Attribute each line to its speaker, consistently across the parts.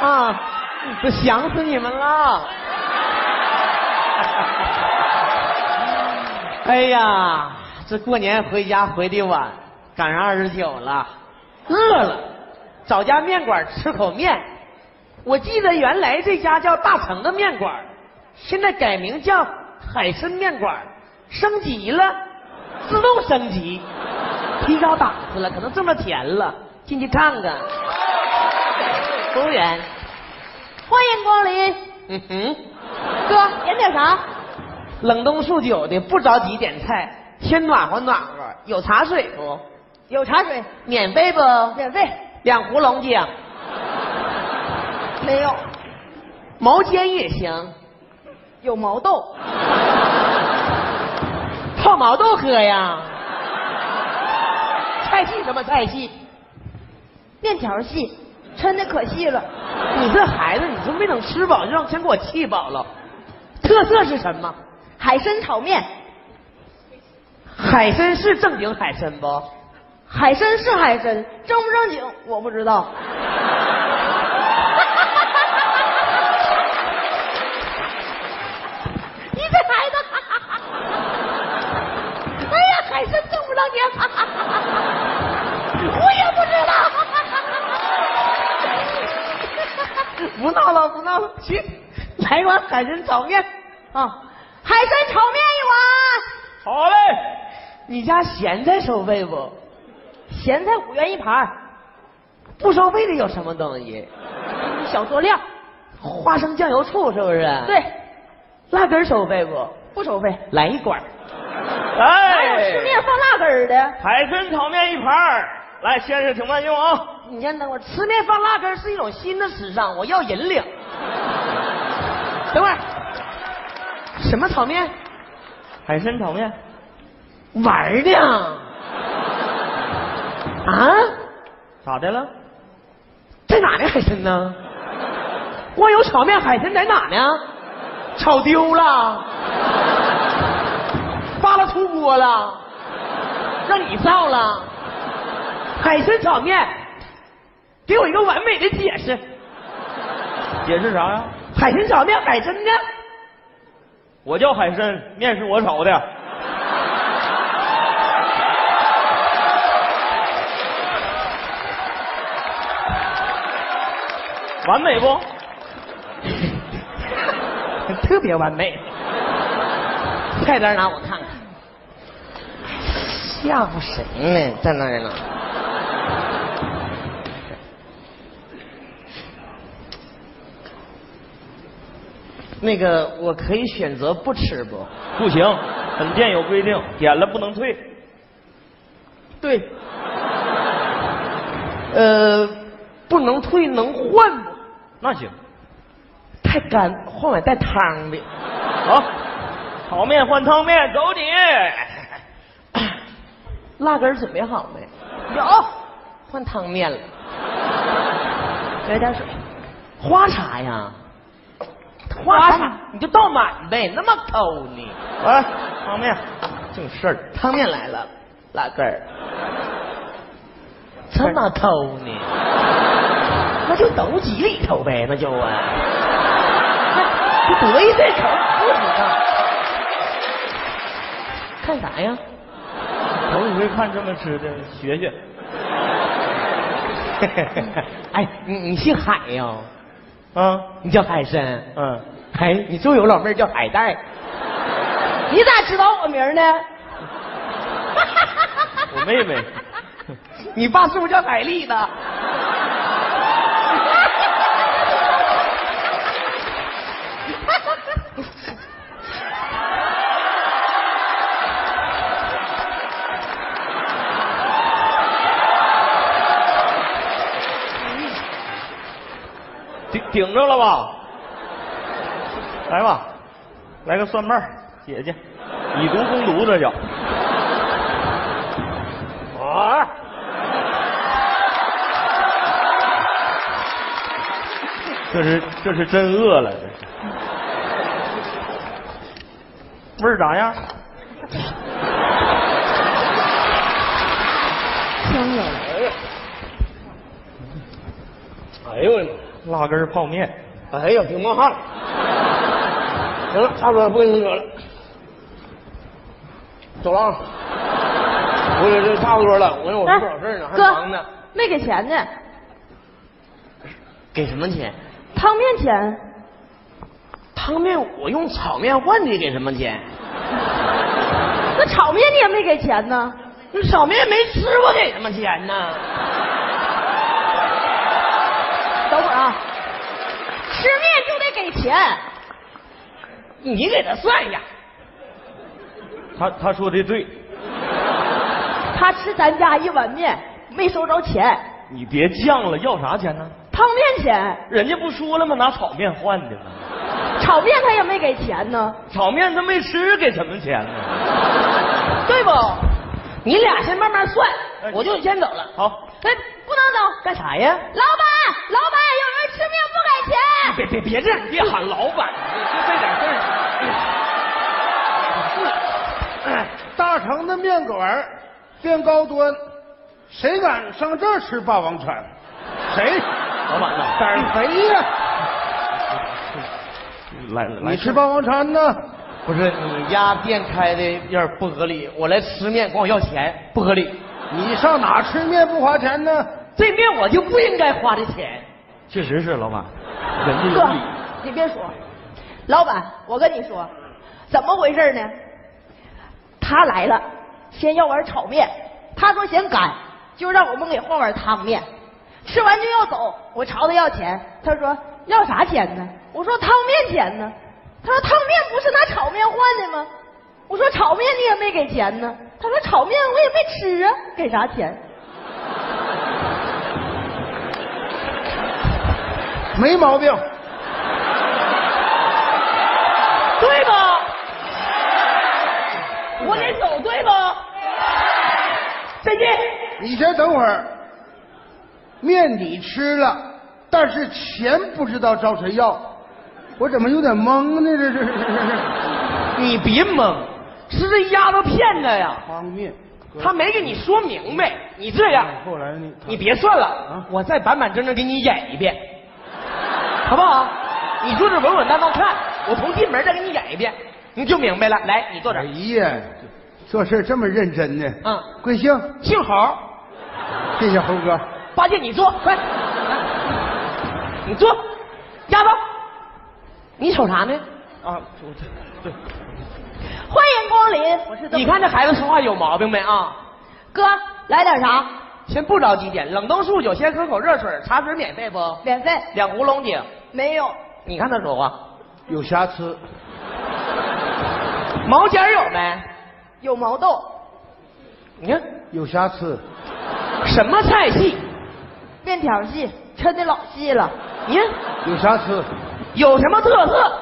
Speaker 1: 啊，都想死你们了。 哎呀，这过年回家回的晚，赶上二十九了，饿了，找家面馆吃口面。我记得原来这家叫大成的面馆，现在改名叫海参面馆，升级了，自动升级，提高档次了，可能挣着钱了。进去看看。服务员，
Speaker 2: 欢迎光临，
Speaker 1: 嗯哼，
Speaker 2: 哥，点点啥？
Speaker 1: 冷冻数九的，不着急点菜，先暖和暖和。有茶水不？
Speaker 2: 有茶水，
Speaker 1: 免费不？
Speaker 2: 免费，
Speaker 1: 两壶龙井，
Speaker 2: 没有，
Speaker 1: 毛尖也行，
Speaker 2: 有毛豆，
Speaker 1: 泡毛豆喝呀。 菜系什么菜系？
Speaker 2: 面条细，抻的可细了，
Speaker 1: 你这孩子，你就没等吃饱就让先给我气饱了。特色是什么？
Speaker 2: 海参炒面，
Speaker 1: 海参是正经海参不？
Speaker 2: 海参是海参，正不正经我不知道。 你这孩子， 哎呀，海参正不正经， 我也不知道。
Speaker 1: 不闹了，不闹了，去，来碗海参炒面。
Speaker 2: 啊，海参炒面一
Speaker 1: 好嘞，你家咸菜收费不？
Speaker 2: 碗，咸菜五元一盘儿，
Speaker 1: 不收费的有什么东西？
Speaker 2: 小佐料，
Speaker 1: 花生酱油醋是不是？，
Speaker 2: 对，
Speaker 1: 辣根儿收费不？
Speaker 2: 不收费。
Speaker 1: 来一管儿。
Speaker 2: 哪有吃面放辣根儿的？
Speaker 3: 海参炒面一盘儿。来，先生，请慢用啊！
Speaker 1: 你先等会儿，吃面放辣根儿是一种新的时尚，我要引领。等会儿，什么炒面？
Speaker 3: 海参炒面，
Speaker 1: 玩儿呢？啊？
Speaker 3: 咋的了？
Speaker 1: 在哪呢？海参呢？光有炒面，海参在哪呢？炒丢了，扒拉出锅了，让你造了。海参炒面，给我一个完美的解释。
Speaker 3: 解释啥呀？
Speaker 1: 海参炒面，海参呢？
Speaker 3: 我叫海参，面是我炒的。完美不？
Speaker 1: 特别完美。菜单拿我看看，吓唬谁呢？在那儿呢。那个，我可以选择不吃不？
Speaker 3: 不行，本店有规定，点了不能退。
Speaker 1: 对。呃，不能退，能换不？
Speaker 3: 那行，
Speaker 1: 太干，换碗带汤的。
Speaker 3: 好，炒面换汤面，走你。
Speaker 1: 辣根儿准备好没？有，换汤面了。
Speaker 2: 有点水。
Speaker 1: 花茶呀，
Speaker 3: 花茶
Speaker 1: 你就倒满呗，那么抠呢？
Speaker 3: 来，汤面，
Speaker 1: 正事儿，汤面来了，辣根儿，这么抠呢？ 那就都挤里头呗，那就啊， 那得意这口不知道。看啥呀？
Speaker 3: 头一回看这么吃的，学学。
Speaker 1: 哎，你你姓海呀？
Speaker 3: 啊，
Speaker 1: 你叫海参？
Speaker 3: 嗯，
Speaker 1: 哎，你周有老妹儿叫海带。
Speaker 2: 你咋知道我名儿呢？
Speaker 3: 我妹妹。
Speaker 1: 你爸是不是叫海丽的？
Speaker 3: 顶顶着了吧？来吧，来个蒜瓣儿姐姐，以毒攻毒这叫。啊！这是这是真饿了，这是。味儿咋样？
Speaker 2: 听着，
Speaker 4: 哎呦我的妈！
Speaker 3: 辣根儿泡面，
Speaker 4: 哎呀，流冒汗了。行了，差不多不跟你们扯了，走了啊。我这这差不多了，我说我
Speaker 2: 来
Speaker 4: 做点事儿呢，还
Speaker 2: 啊哥
Speaker 4: 忙呢。
Speaker 2: 没给钱呢，
Speaker 4: 给什么钱？
Speaker 2: 汤面钱。
Speaker 4: 汤面我用炒面换你给什么钱？
Speaker 2: 那炒面你也没给钱呢，
Speaker 4: 那炒面没吃过给什么钱呢？
Speaker 2: 等会儿啊，吃面就得给钱。
Speaker 4: 你给他算一下。
Speaker 3: 他他说的对，
Speaker 2: 他吃咱家一碗面没收着钱，
Speaker 3: 你别犟了，要啥钱呢？
Speaker 2: 汤面钱，
Speaker 3: 人家不说了吗？拿炒面换的吗？
Speaker 2: 炒面他也没给钱呢，
Speaker 3: 炒面他没吃，给什么钱呢？
Speaker 2: 对不？
Speaker 4: 你俩先慢慢算
Speaker 3: 哎，
Speaker 4: 我就先走了。
Speaker 3: 好，
Speaker 2: 哎，不能等，
Speaker 4: 干啥呀？
Speaker 2: 老板，老板，有人吃面不给钱。
Speaker 4: 别别别这样，别喊老板，就这点事儿。
Speaker 5: 哎大成的面馆儿变高端，谁敢上这儿吃霸王餐？谁？
Speaker 3: 老板呐，
Speaker 5: 胆儿肥呀！
Speaker 3: 来来，
Speaker 5: 你吃霸王餐呢？
Speaker 1: 不是你家店开的有点不合理，我来吃面管我要钱，不合理。
Speaker 5: 你上哪儿吃面不花钱呢？
Speaker 1: 这面我就不应该花的钱。
Speaker 3: 确实是老板，人
Speaker 1: 嗯
Speaker 3: 家有
Speaker 2: 哥
Speaker 3: 理。，
Speaker 2: 你别说，老板，我跟你说，怎么回事呢？他来了，先要碗炒面，他说嫌干，就让我们给换碗汤面。吃完就要走，我朝他要钱，他说要啥钱呢？我说汤面钱呢。他说汤面不是拿炒面换的吗？我说炒面你也没给钱呢。他说炒面我也没吃啊，给啥钱？
Speaker 5: 没毛病。
Speaker 1: 对吧？我得走，对吧？再见。
Speaker 5: 你先等会儿，面你吃了，但是钱不知道找谁要，我怎么有点懵呢？这是这是
Speaker 1: 你别懵，是这丫头骗他呀，
Speaker 5: 方便面。
Speaker 1: 他没给你说明白，你这样，
Speaker 5: 后来呢？
Speaker 1: 你别算了，我再板板正正给你演一遍，好不好？你坐这稳稳当当看，我从进门再给你演一遍，你就明白了。来，你坐这
Speaker 5: 哎
Speaker 1: 儿，
Speaker 5: 呀，做事这么认真呢。
Speaker 3: 啊
Speaker 1: 嗯
Speaker 5: 贵姓？
Speaker 1: 姓侯，
Speaker 5: 谢谢猴哥。
Speaker 1: 八戒你坐，快，来你坐，丫头，你瞅啥呢？
Speaker 3: 啊，我这对，
Speaker 2: 欢迎光临，我是这么
Speaker 1: 你看这孩子说话有毛病没啊？
Speaker 2: 哥来点啥？
Speaker 1: 先不着急点，冷冻数酒，先喝口热水，茶水免费不？
Speaker 2: 免费
Speaker 1: 两壶龙井，
Speaker 2: 没有。
Speaker 1: 你看他说话，
Speaker 5: 有瑕疵，
Speaker 1: 毛尖儿有没？
Speaker 2: 有毛豆，
Speaker 1: 你看
Speaker 5: 有瑕疵，
Speaker 1: 什么菜系？
Speaker 2: 面条细，抻的老细了，
Speaker 1: 你看
Speaker 5: 有瑕疵，
Speaker 1: 有什么特色？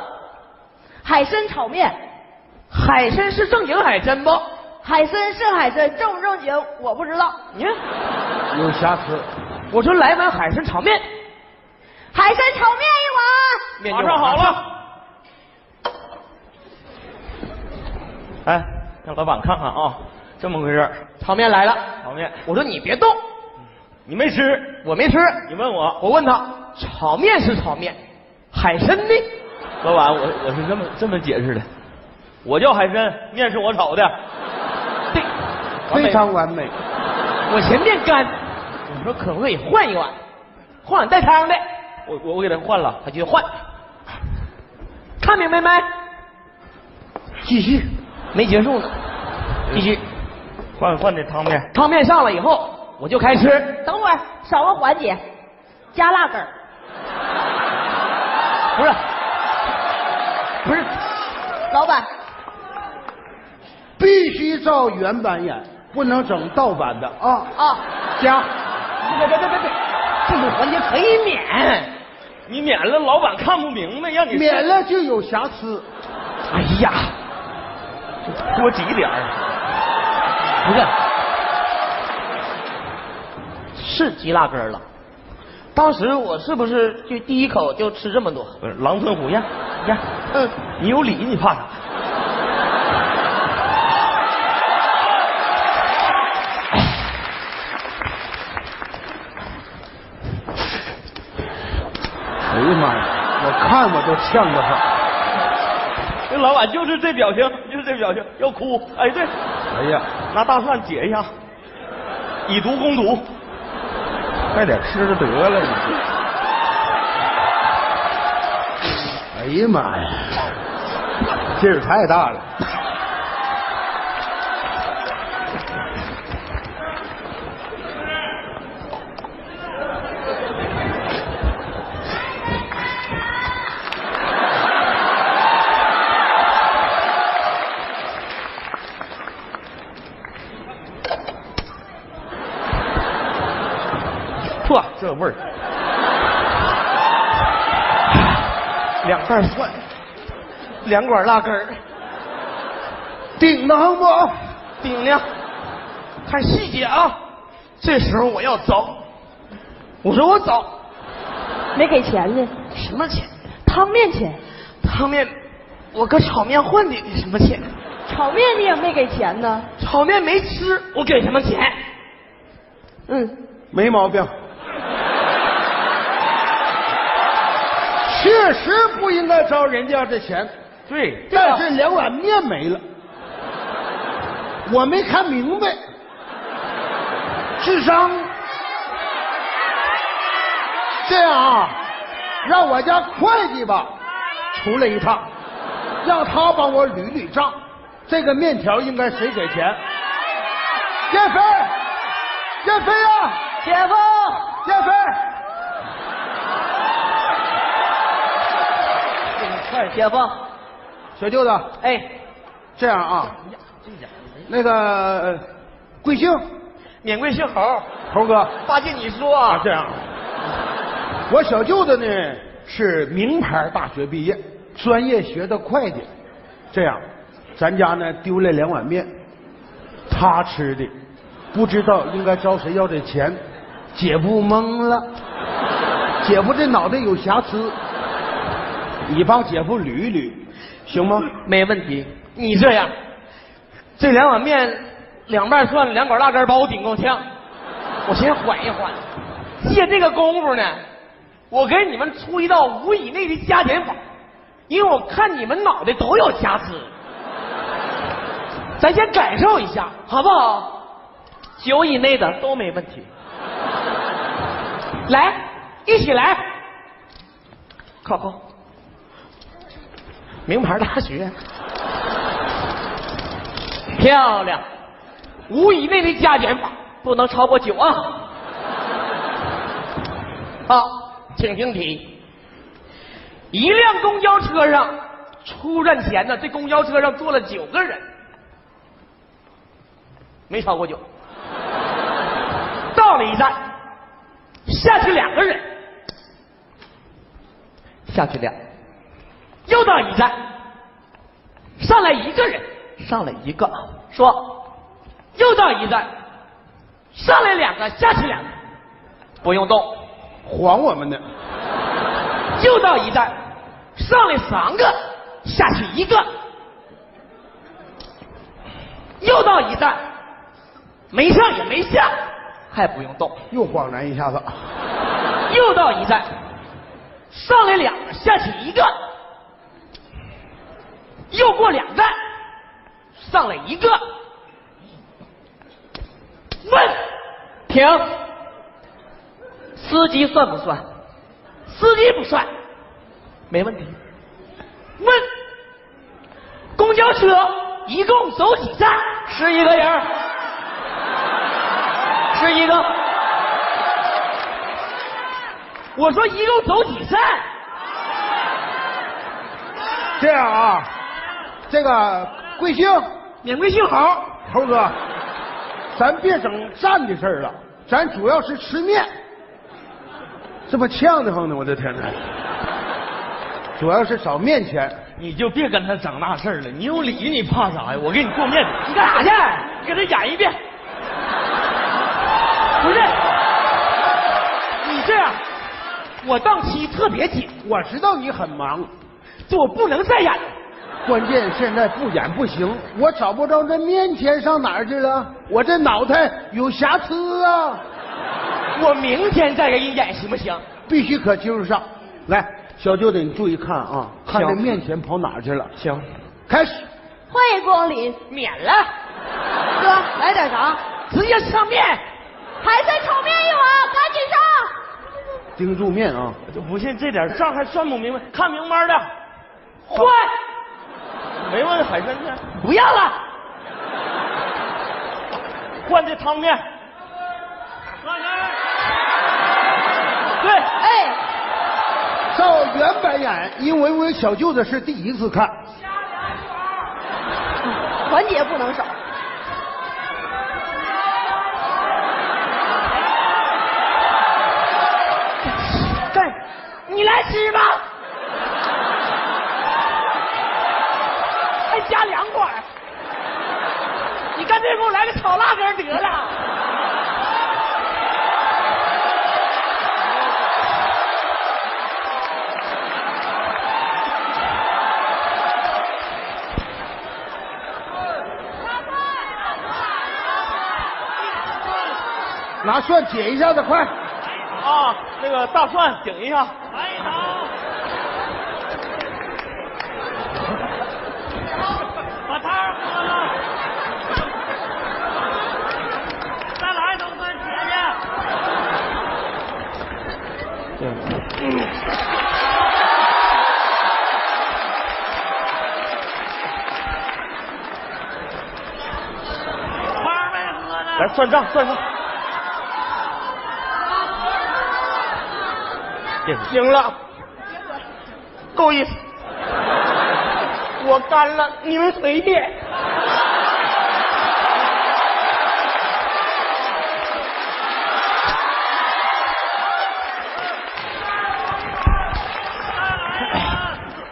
Speaker 2: 海参炒面，
Speaker 1: 海参是正经海参不？
Speaker 2: 海参是海参，正不正经我不知道。
Speaker 1: 你看，
Speaker 5: 有瑕疵，
Speaker 1: 我说来碗海参炒面，
Speaker 2: 海参炒面一
Speaker 1: 面
Speaker 3: 马
Speaker 1: 就
Speaker 3: 上
Speaker 1: 往
Speaker 3: 好了。哎，让老板看看啊，这么回事儿
Speaker 1: 炒面来了，
Speaker 3: 炒面
Speaker 1: 我说你别动，
Speaker 3: 你没吃，
Speaker 1: 我没吃。
Speaker 3: 你问我，
Speaker 1: 我问他，炒面是炒面，海参呢？
Speaker 3: 老板，我我是这么这么解释的，我叫海参，面是我炒的，
Speaker 1: 对，
Speaker 3: 完美
Speaker 5: 非常完美。
Speaker 1: 我嫌面干，我说可不可以换一碗，换碗带汤的？
Speaker 3: 我我我给他换了，
Speaker 1: 他就换，看明白没？
Speaker 5: 继续，
Speaker 1: 没结束呢，继续。
Speaker 3: 换换的汤面，
Speaker 1: 汤面上了以后，我就开吃。
Speaker 2: 碗，等会儿少个环节，加辣根 儿。
Speaker 1: 不是，不是，
Speaker 2: 老板，
Speaker 5: 必须照原版演，不能整盗版的啊！
Speaker 2: 哦，
Speaker 5: 加，
Speaker 1: 别别别别别，这种环节可以免。
Speaker 3: 你免了，老板看不明白，让你
Speaker 5: 免了就有瑕疵，
Speaker 1: 哎呀，
Speaker 3: 多挤点儿。
Speaker 1: 不是，是急辣根儿了。当时我是不是就第一口就吃这么多？
Speaker 3: 不是狼吞虎咽，咽，
Speaker 1: 嗯，
Speaker 3: 你有理你怕啥？哎呀妈呀，我看我都呛得慌。
Speaker 1: 这老板就是这表情，就是这表情，要哭。哎，对，
Speaker 3: 哎呀，
Speaker 1: 拿大蒜解一下，以毒攻毒。
Speaker 3: 快点吃着得了你。哎呀妈呀，劲儿太大了。
Speaker 1: 嚯，这味儿！两瓣蒜，两管辣根儿，
Speaker 5: 顶得慌不？
Speaker 1: 顶亮。看细节啊！这时候我要走，我说我走，
Speaker 2: 没给钱呢，
Speaker 1: 什么钱？
Speaker 2: 汤面钱，
Speaker 1: 汤面，我搁炒面换的，给什么钱？
Speaker 2: 炒面你也没给钱呢。
Speaker 1: 炒面没吃，我给什么钱？
Speaker 2: 嗯，
Speaker 3: 没毛病，
Speaker 5: 确实不应该招人家这钱，
Speaker 1: 对，
Speaker 5: 但是两碗面没了，我没看明白，智商。这样啊，让我家会计吧出来一趟，让他帮我捋捋账。这个面条应该谁给钱？燕飞，燕飞呀、
Speaker 2: 姐夫，
Speaker 5: 燕飞，
Speaker 1: 哎
Speaker 2: 姐夫，
Speaker 5: 小舅子，
Speaker 2: 哎，
Speaker 5: 这样啊，
Speaker 1: 哎
Speaker 5: 那个呃贵姓？
Speaker 1: 免贵姓侯，
Speaker 5: 猴 哥，
Speaker 1: 八戒你说啊，这样
Speaker 5: 我小舅子呢是名牌大学毕业，专业学的会计。这样，咱家呢丢了两碗面，他吃的，不知道应该找谁要这钱，姐夫懵了，姐夫这脑袋有瑕疵，你帮姐夫捋一捋，行吗？
Speaker 1: 没问题。你这样，这两碗面、两瓣蒜、两管辣根儿把我顶够呛，我先缓一缓。借这个功夫呢，我给你们出一道五以内的加减法，因为我看你们脑袋都有瑕疵。咱先感受一下，好不好？九以内的都没问题。来，一起来，靠靠，名牌大学，漂亮，五以内的加减法不能超过九啊。好，请听题：一辆公交车上出站前呢，这公交车上坐了九个人，没超过九。到了一站，下去两个人，下去俩，又到一站，上来一个人，上来一个，说，又到一站，上来两个，下去两个，不用动。
Speaker 5: 晃我们呢，
Speaker 1: 又到一站，上来三个，下去一个，又到一站，没上也没下，还不用动。
Speaker 5: 又恍然一下子，
Speaker 1: 又到一站，上来两个，下去一个，又过两站，上来一个，问，停，司机算不算？司机不算，没问题。问，公交车一共走几站？十一个人儿，十一个。我说一共走几站？
Speaker 5: 这样啊，这个贵姓？
Speaker 1: 免贵姓侯。
Speaker 5: 猴哥，咱别整站的事儿了，咱主要是吃面。这不呛得慌呢，我的天哪！主要是找面钱，
Speaker 1: 你就别跟他整那事儿了，你有理你怕啥呀？我给你做面去。你干啥去？给他演一遍。不是，你这样，我档期特别紧，
Speaker 5: 我知道你很忙，
Speaker 1: 这我不能再演了。
Speaker 5: 关键现在不演不行，我找不着这面钱上哪儿去了？我这脑袋有瑕疵啊，
Speaker 1: 我明天再给你演行不行？
Speaker 5: 必须可劲儿上。来，小舅子，你注意看啊，看这
Speaker 3: 行
Speaker 5: 面前跑哪儿去了？
Speaker 3: 行，
Speaker 5: 开始，
Speaker 2: 欢迎光临，
Speaker 1: 免了，
Speaker 2: 哥，来点啥？
Speaker 1: 直接上面。
Speaker 2: 还剩炒面一碗，赶紧上！
Speaker 5: 盯住面啊！
Speaker 3: 我就不信这点账还算不明白，看明白的，
Speaker 1: 换，
Speaker 3: 没问海参面，
Speaker 1: 不要了，
Speaker 3: 换这汤面。对，
Speaker 2: 哎，
Speaker 5: 照原版演，因为我小舅子是第一次看，
Speaker 2: 环节不能少。
Speaker 1: 你来吃吧。还加两管儿，你干脆给我来个炒辣根得了。
Speaker 5: 拿蒜解一下子，快！
Speaker 3: 啊，那个大蒜顶一下。
Speaker 1: 哎
Speaker 3: 把汤喝了，再来都分茄子。对。来算账，算 账。赢了，够意思。我干了，你们随便。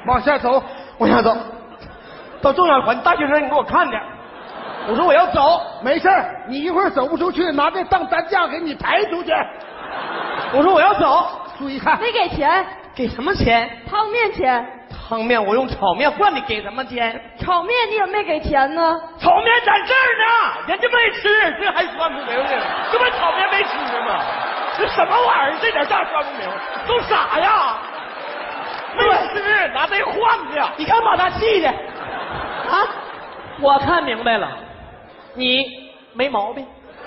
Speaker 5: 往下走，
Speaker 3: 我想走，到重要环节，大学生，你给我看点。我说我要走，
Speaker 5: 没事儿你一会儿走不出去，拿这当担架给你抬出去。
Speaker 3: 我说我要走，
Speaker 5: 注意看，
Speaker 2: 没给钱，
Speaker 3: 给什么钱？
Speaker 2: 汤面钱，
Speaker 3: 汤面我用炒面换的，给什么钱？
Speaker 2: 炒面你也没给钱呢。
Speaker 3: 炒面在这儿呢，人家没吃，这还算不明白？这不是炒面没吃吗？这什么玩意儿？这点账算不明白？都傻呀！没吃，拿这换的。
Speaker 1: 你看把他气的，啊！我看明白了，你没毛病。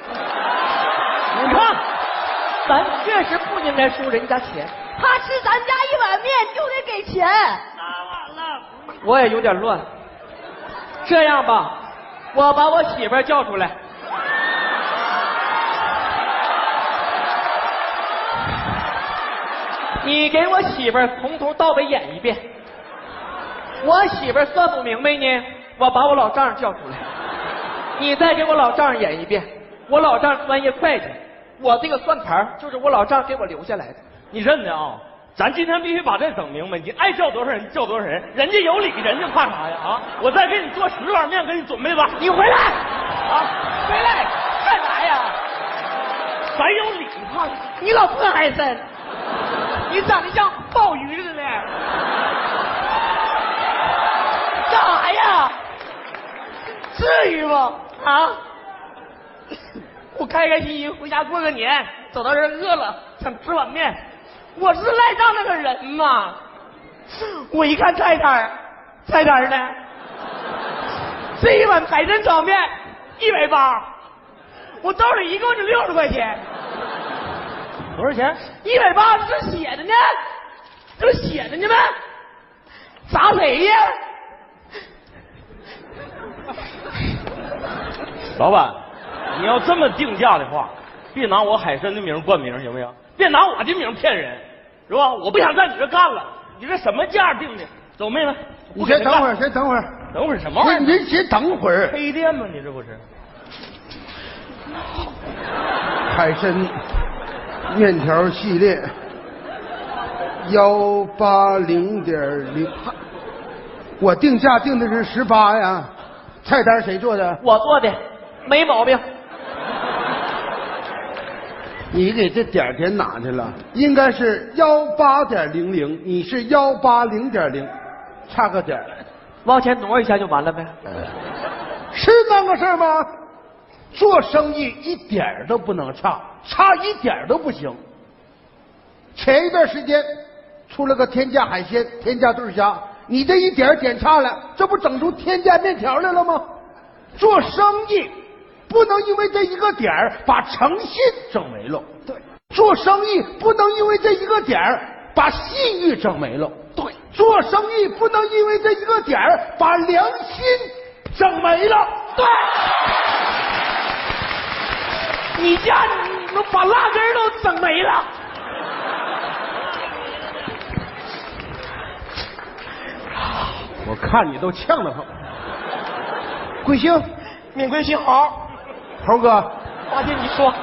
Speaker 1: 你看，咱确实不应该输人家钱。
Speaker 2: 他吃咱家一碗面就得给钱，
Speaker 1: 我也有点乱。这样吧，我把我媳妇儿叫出来。你给我媳妇儿从头到尾演一遍。我媳妇儿算不明白呢，我把我老丈人叫出来。你再给我老丈人演一遍。我老丈人专业会计，我这个算盘儿就是我老丈人给我留下来的。
Speaker 3: 你认得啊？咱今天必须把这整明白，你爱叫多少人叫多少人，人家有理，人家怕啥呀？啊！我再给你做十碗面，给你准备吧。
Speaker 1: 你回来
Speaker 3: 啊，回来干啥呀？咱有理怕啥？
Speaker 1: 你老破还深，你长得像鲍鱼似的。干啥呀？至于吗？啊！我开开心心回家过个年，走到这儿饿了，想吃碗面。我是赖账那个人嘛。我一看菜单儿，菜单儿呢？这一碗白参炒面一百八，我兜里一共就六十块钱。
Speaker 3: 多少钱？
Speaker 1: 一百八这写着呢，这写着呢呗，砸谁呀？
Speaker 3: 老板，你要这么定价的话，别拿我海参的名冠名，行不行？别拿我的名骗人，是吧？我不想在你这干了。你这什么价定的？走，妹妹，
Speaker 5: 你先等会儿，
Speaker 3: 儿，
Speaker 5: 先等会儿，
Speaker 3: 啊等会儿什么玩意
Speaker 5: 你
Speaker 3: 儿？
Speaker 5: 您先等会儿。
Speaker 3: 黑店吗？你这不是？
Speaker 5: 海参面条系列，幺八零点零，我定价定的是十八呀，菜单谁做的？
Speaker 1: 我做的，没毛病。
Speaker 5: 你给这点儿点哪去了？应该是幺八点零零，你是幺八零点零，差个点儿
Speaker 1: 往前挪一下就完了呗。
Speaker 5: 是那个事儿吗？做生意一点儿都不能差，差一点儿都不行。前一段时间，出了个天价海鲜、天价对虾，你这一点儿点差了，这不整出天价面条来了吗？做生意不能因为这一个点儿把诚信整没了，对；做生意不能因为这一个点儿把信誉整没了，对；做生意不能因为这一个点儿把良心整没了，对。
Speaker 1: 你家你们把辣根儿都整没了。
Speaker 5: 我看你都呛得慌。贵姓？
Speaker 1: 免贵姓侯，
Speaker 5: 猴哥，
Speaker 1: 八戒你说，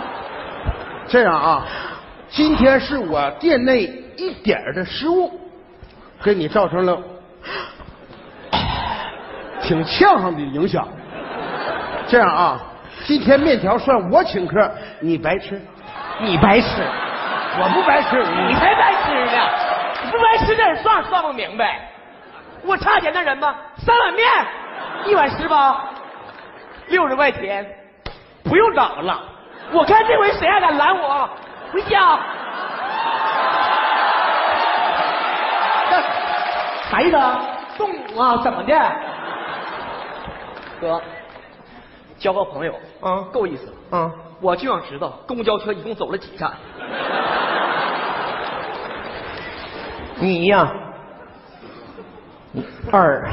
Speaker 5: 这样啊，今天是我店内一点儿的失误，给你造成了挺呛上的影响。这样啊，今天面条算我请客，你白吃。
Speaker 1: 你白痴，
Speaker 5: 我不白吃，
Speaker 1: 你
Speaker 5: 你
Speaker 1: 才白痴呢，你不白吃点算算不明白。我差钱的人吗？三碗面，一碗十八，六十块钱，不用找了。我看这回谁还敢拦我，回家。孩子，动武啊？怎么的？哥，交个朋友，嗯，够意思了，嗯，我就想知道公交车一共走了几站。
Speaker 6: 你呀、二啊，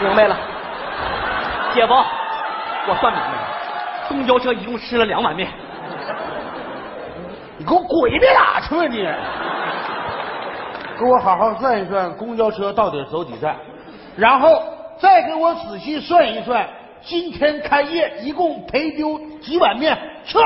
Speaker 1: 明白了，姐夫，我算明白了，公交车一共吃了两碗面。
Speaker 5: 你给我滚你哪去吧你！给我好好算一算公交车到底走几站，然后再给我仔细算一算，今天开业一共赔丢几碗面？撤！